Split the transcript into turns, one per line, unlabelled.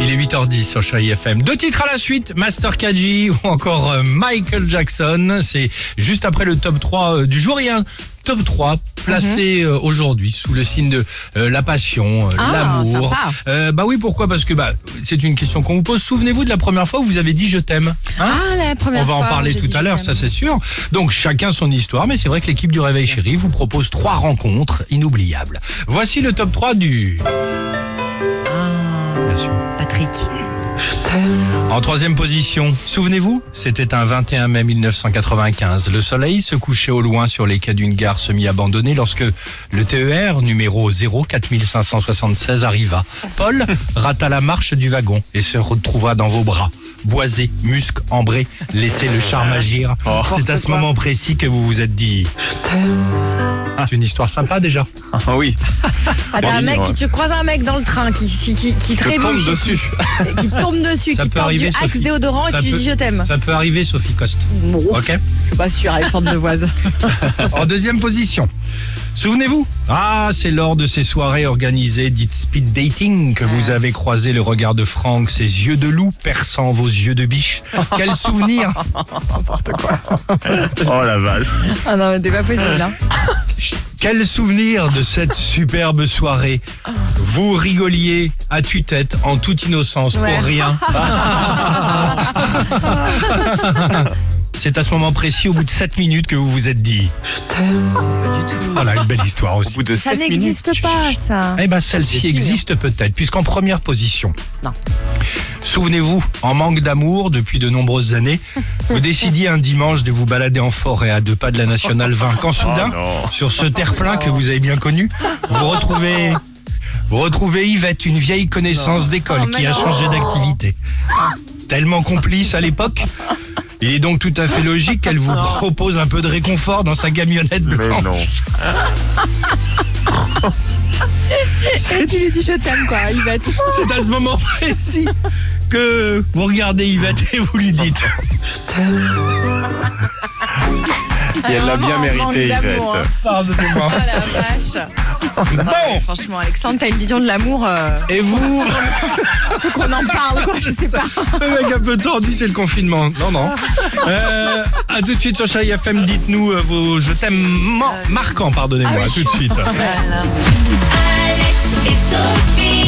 7h10 sur Chérie FM. Deux titres à la suite, Master KG ou encore euh, Michael Jackson. C'est juste après le top 3 euh, du jour. Il y a un top 3 placé euh, aujourd'hui sous le signe de euh, la passion, euh,
Mhm. Ah,
l'amour.
sympa.
Euh, bah oui, pourquoi Parce que bah, c'est une question qu'on vous pose. Souvenez-vous de la première fois où vous avez dit je t'aime. Hein
Ah, la première
On va en
fois,
parler
j'ai
tout
dit
à
je
l'heure,
t'aime.
ça c'est sûr. Donc chacun son histoire, mais c'est vrai que l'équipe du Réveil Chéri vous propose trois rencontres inoubliables. Voici le top 3 du...
Ah,
Bien sûr.
Patrick.
En troisième position, souvenez-vous, c'était un 21 mai 1995. Le soleil se couchait au loin sur les quais d'une gare semi-abandonnée lorsque le TER numéro 04576 arriva. Paul rata la marche du wagon et se retrouva dans vos bras. Boisé, musc, ambré, laissez le charme
Ah.
agir.
Oh.
C'est à ce moment précis que vous vous êtes dit... C'est une histoire sympa déjà.
Ah oui,
Ah,
Bah
t'as un mec,
mignon,
qui- tu croises un mec dans le train qui, qui, qui, qui
je
trébuche,
tombe dessus.
qui te tombe dessus,
Ça
qui
peut
te porte
arriver,
du axe
Sophie.
déodorant et
Ça
tu lui
peut-
dis je t'aime.
Ça peut arriver, Sophie Coste.
Bon, ouf,
Ok
je suis pas sûre, Alexandre Devoise.
En deuxième position. Souvenez-vous, ah, c'est lors de ces soirées organisées dites speed dating que vous avez croisé le regard de Franck, ses yeux de loup perçant vos yeux de biche. Quel souvenir
Oh la vache.
Ah non, mais t'es pas possible, hein.
Quel souvenir de cette superbe soirée Vous rigoliez à tue-tête en toute innocence
Ouais.
pour rien. C'est à ce moment précis, au bout de 7 minutes, que vous vous êtes dit Je t'aime. Pas du tout. Voilà, une belle histoire aussi.
Au bout de
Ça
sept
n'existe
minutes,
pas, ça.
Eh ben celle-ci
Objectif,
existe peut-être, puisqu'en première position.
Non.
Souvenez-vous, en manque d'amour depuis de nombreuses années, vous décidiez un dimanche de vous balader en forêt à deux pas de la nationale 20. Quand soudain,
Oh Ah non.
sur ce terre-plein que vous avez bien connu, vous retrouvez vous retrouvez Yvette, une vieille connaissance d'école
Oh, mais
qui a
non.
changé d'activité. Tellement complice à l'époque, il est donc tout à fait logique qu'elle vous propose un peu de réconfort dans sa camionnette
Mais
blanche.
non.
Et tu lui dis je t'aime, quoi, Yvette.
C'est à ce moment précis que vous regardez Yvette et vous lui dites.
Et elle l'a bien
Vraiment, manque
mérité, Yvette.
d'amour, hein.
Pardonnez-moi.
Oh la vache.
Bon,
Franchement, Alexandre, t'as une vision de l'amour. euh,
et vous
faut qu'on en parle, quoi, je sais pas.
Le mec un peu tordu, c'est le confinement. Non, non. Euh, à tout de suite sur Chai FM, dites-nous euh, vos je t'aime man- marquants, pardonnez-moi. À tout de suite.
Alex et Sophie.